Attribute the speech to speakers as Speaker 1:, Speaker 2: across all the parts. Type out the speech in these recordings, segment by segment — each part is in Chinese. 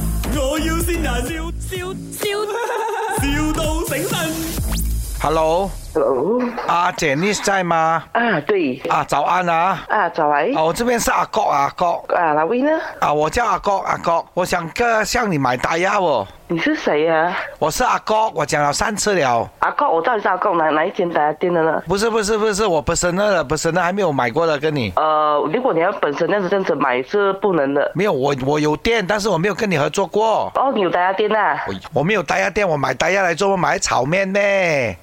Speaker 1: 要先人，笑笑笑，,笑到醒神。
Speaker 2: Hello，
Speaker 3: Hello，
Speaker 2: 阿 Jenny 在吗？
Speaker 3: 啊，对，
Speaker 2: 啊，早安啊！
Speaker 3: 啊，早来，
Speaker 2: 啊，我这边是阿国啊，阿国
Speaker 3: 啊，哪位呢？
Speaker 2: 啊，我叫阿国阿国，我想个向你买大鸭哦。
Speaker 3: 你是谁呀、啊？
Speaker 2: 我是阿国，我讲了三次了。
Speaker 3: 阿公，我到底是阿公哪哪一间的店的呢？
Speaker 2: 不是不是不是，我本身那的本身那还没有买过的，跟你
Speaker 3: 呃，如果你要本身那样子这样子买是不能的。
Speaker 2: 没有我我有店，但是我没有跟你合作过。
Speaker 3: 哦，你有大家店呐、啊？
Speaker 2: 我我没有大鸭店，我买大鸭来做买炒面呢。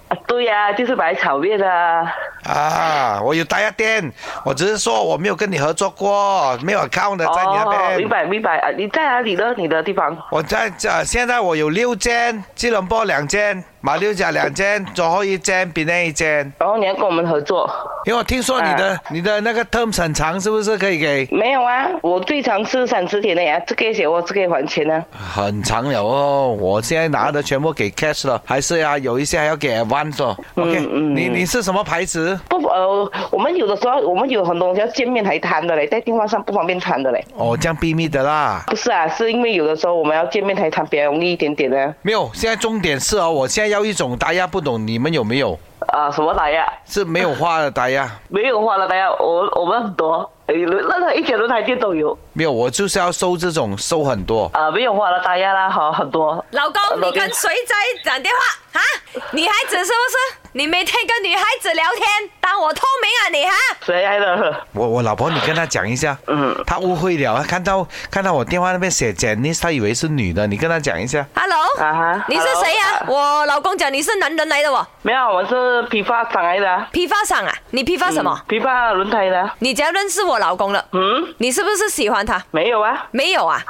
Speaker 3: 啊，对呀、就是买炒面啊。
Speaker 2: 啊，我有大鸭店，我只是说我没有跟你合作过，没有 account 的在你那边。
Speaker 3: 哦，明白明白啊，你在哪里呢？你的地方？
Speaker 2: 我在这、呃现在我有六间，吉隆坡两间，马六甲两间，左后一间，比内一间。
Speaker 3: 然后你要跟我们合作？
Speaker 2: 因为我听说你的、
Speaker 3: 哎
Speaker 2: 你的那个 term 很长，是不是可以给
Speaker 3: 没有啊，我最常吃三十天的呀，这个写我这个还钱啊呢、
Speaker 2: 很长了哦？我现在拿的全部给 cash 了，还是啊有一些还要给 advance 哦。OK，、
Speaker 3: 嗯
Speaker 2: 你你是什么牌子？
Speaker 3: 不呃，我们有的时候我们有很多东西要见面才谈的嘞，在电话上不方便谈的嘞。
Speaker 2: 哦，这样秘密的啦。
Speaker 3: 不是啊，是因为有的时候我们要见面才谈，比较容易一点啊点呢。
Speaker 2: 没有，现在重点是哦，我现在要一种打压，不懂你们有没有？
Speaker 3: 啊，什么打呀？
Speaker 2: 是没有花的打压，
Speaker 3: 没有花了，大家我我们很多，呃任何一间轮胎店都有。
Speaker 2: 没有，我就是要收这种，收很多。
Speaker 3: 啊，没有花了，大家啦，好很多。
Speaker 4: 老公，
Speaker 3: 老
Speaker 4: 你
Speaker 3: 公
Speaker 4: 跟谁在讲电话啊？女孩子是不是？你每天跟女孩子聊天，当我透明啊你哈？
Speaker 3: 谁来的？
Speaker 2: 我我老婆，你跟她讲一下，
Speaker 3: 嗯，
Speaker 2: 她误会了，她看到看到我电话那边写 Jenny，她以为是女的，你跟她讲一下。
Speaker 4: Hello，、
Speaker 3: 啊哈
Speaker 4: 你是谁呀、
Speaker 3: Hello
Speaker 4: 我老公讲你是男人来的哦，
Speaker 3: 没有，我是批发厂来的啊。
Speaker 4: 批发商啊？你批发什么？
Speaker 3: 嗯批发轮胎的啊。
Speaker 4: 你只要认识我老公了，
Speaker 3: 嗯，
Speaker 4: 你是不是喜欢他？
Speaker 3: 没有啊。
Speaker 4: 没有啊，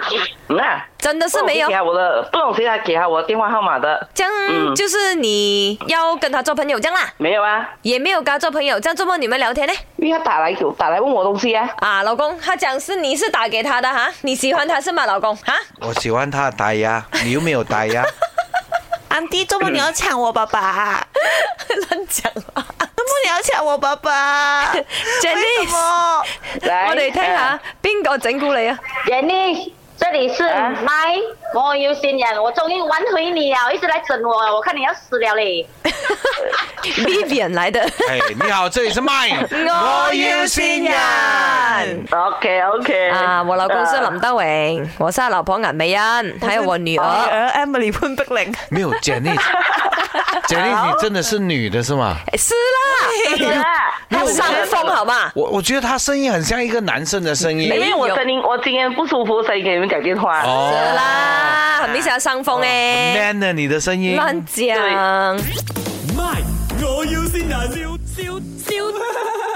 Speaker 3: 嗯啊，
Speaker 4: 真的是没有
Speaker 3: 不懂谁给。他我的，不懂谁来给他我的电话号码的？
Speaker 4: 这样
Speaker 3: 嗯
Speaker 4: 就是你要跟他做朋友这样啦，
Speaker 3: 没有啊，
Speaker 4: 也没有跟他做朋友，这样怎么你们聊天呢？
Speaker 3: 因为他打来给我打来问我东西 啊。
Speaker 4: 啊，老公，他讲是你是打给他的哈，你喜欢他是吗，老公哈？
Speaker 2: 我喜欢她的打压，你又没有打 压。
Speaker 5: 安迪，周末你要抢我爸爸？
Speaker 4: 乱讲话
Speaker 5: 周末你要抢我爸爸？为什
Speaker 4: ，Jenny，
Speaker 5: 么？
Speaker 3: 来，
Speaker 4: 我哋
Speaker 3: 哎
Speaker 4: 听下边个整蠱你啊？
Speaker 6: Jenny，这里是
Speaker 3: 啊
Speaker 6: 麦，我有心人，我终于玩回你了，一直来整我，我看你要死了嘞。
Speaker 4: Vivian 来的，
Speaker 2: 哎，你好，这里是麦，
Speaker 4: 我要新人。
Speaker 3: OK OK。
Speaker 4: 啊，我老公是
Speaker 3: 呃
Speaker 4: 林德荣，我是他老婆颜美欣，还有我女
Speaker 3: 哎
Speaker 4: 儿。
Speaker 5: 而 Emily 潘碧玲，
Speaker 2: 没有 Jenny，Jenny，你真的是女的是吗？
Speaker 4: 哎是啦，
Speaker 3: 是啊
Speaker 4: 他伤风好吗？
Speaker 2: 我我觉得她声音很像一个男生的声音
Speaker 4: 没。
Speaker 3: 因为我
Speaker 4: 有
Speaker 3: 声音，我今天不舒服，所以给你们讲电话。
Speaker 2: 哦
Speaker 4: 是啦，很明显伤风
Speaker 2: 很
Speaker 4: 哎，
Speaker 2: man 的你的声音。
Speaker 4: 啊乱讲。
Speaker 1: 卖，我要先人，笑笑笑，,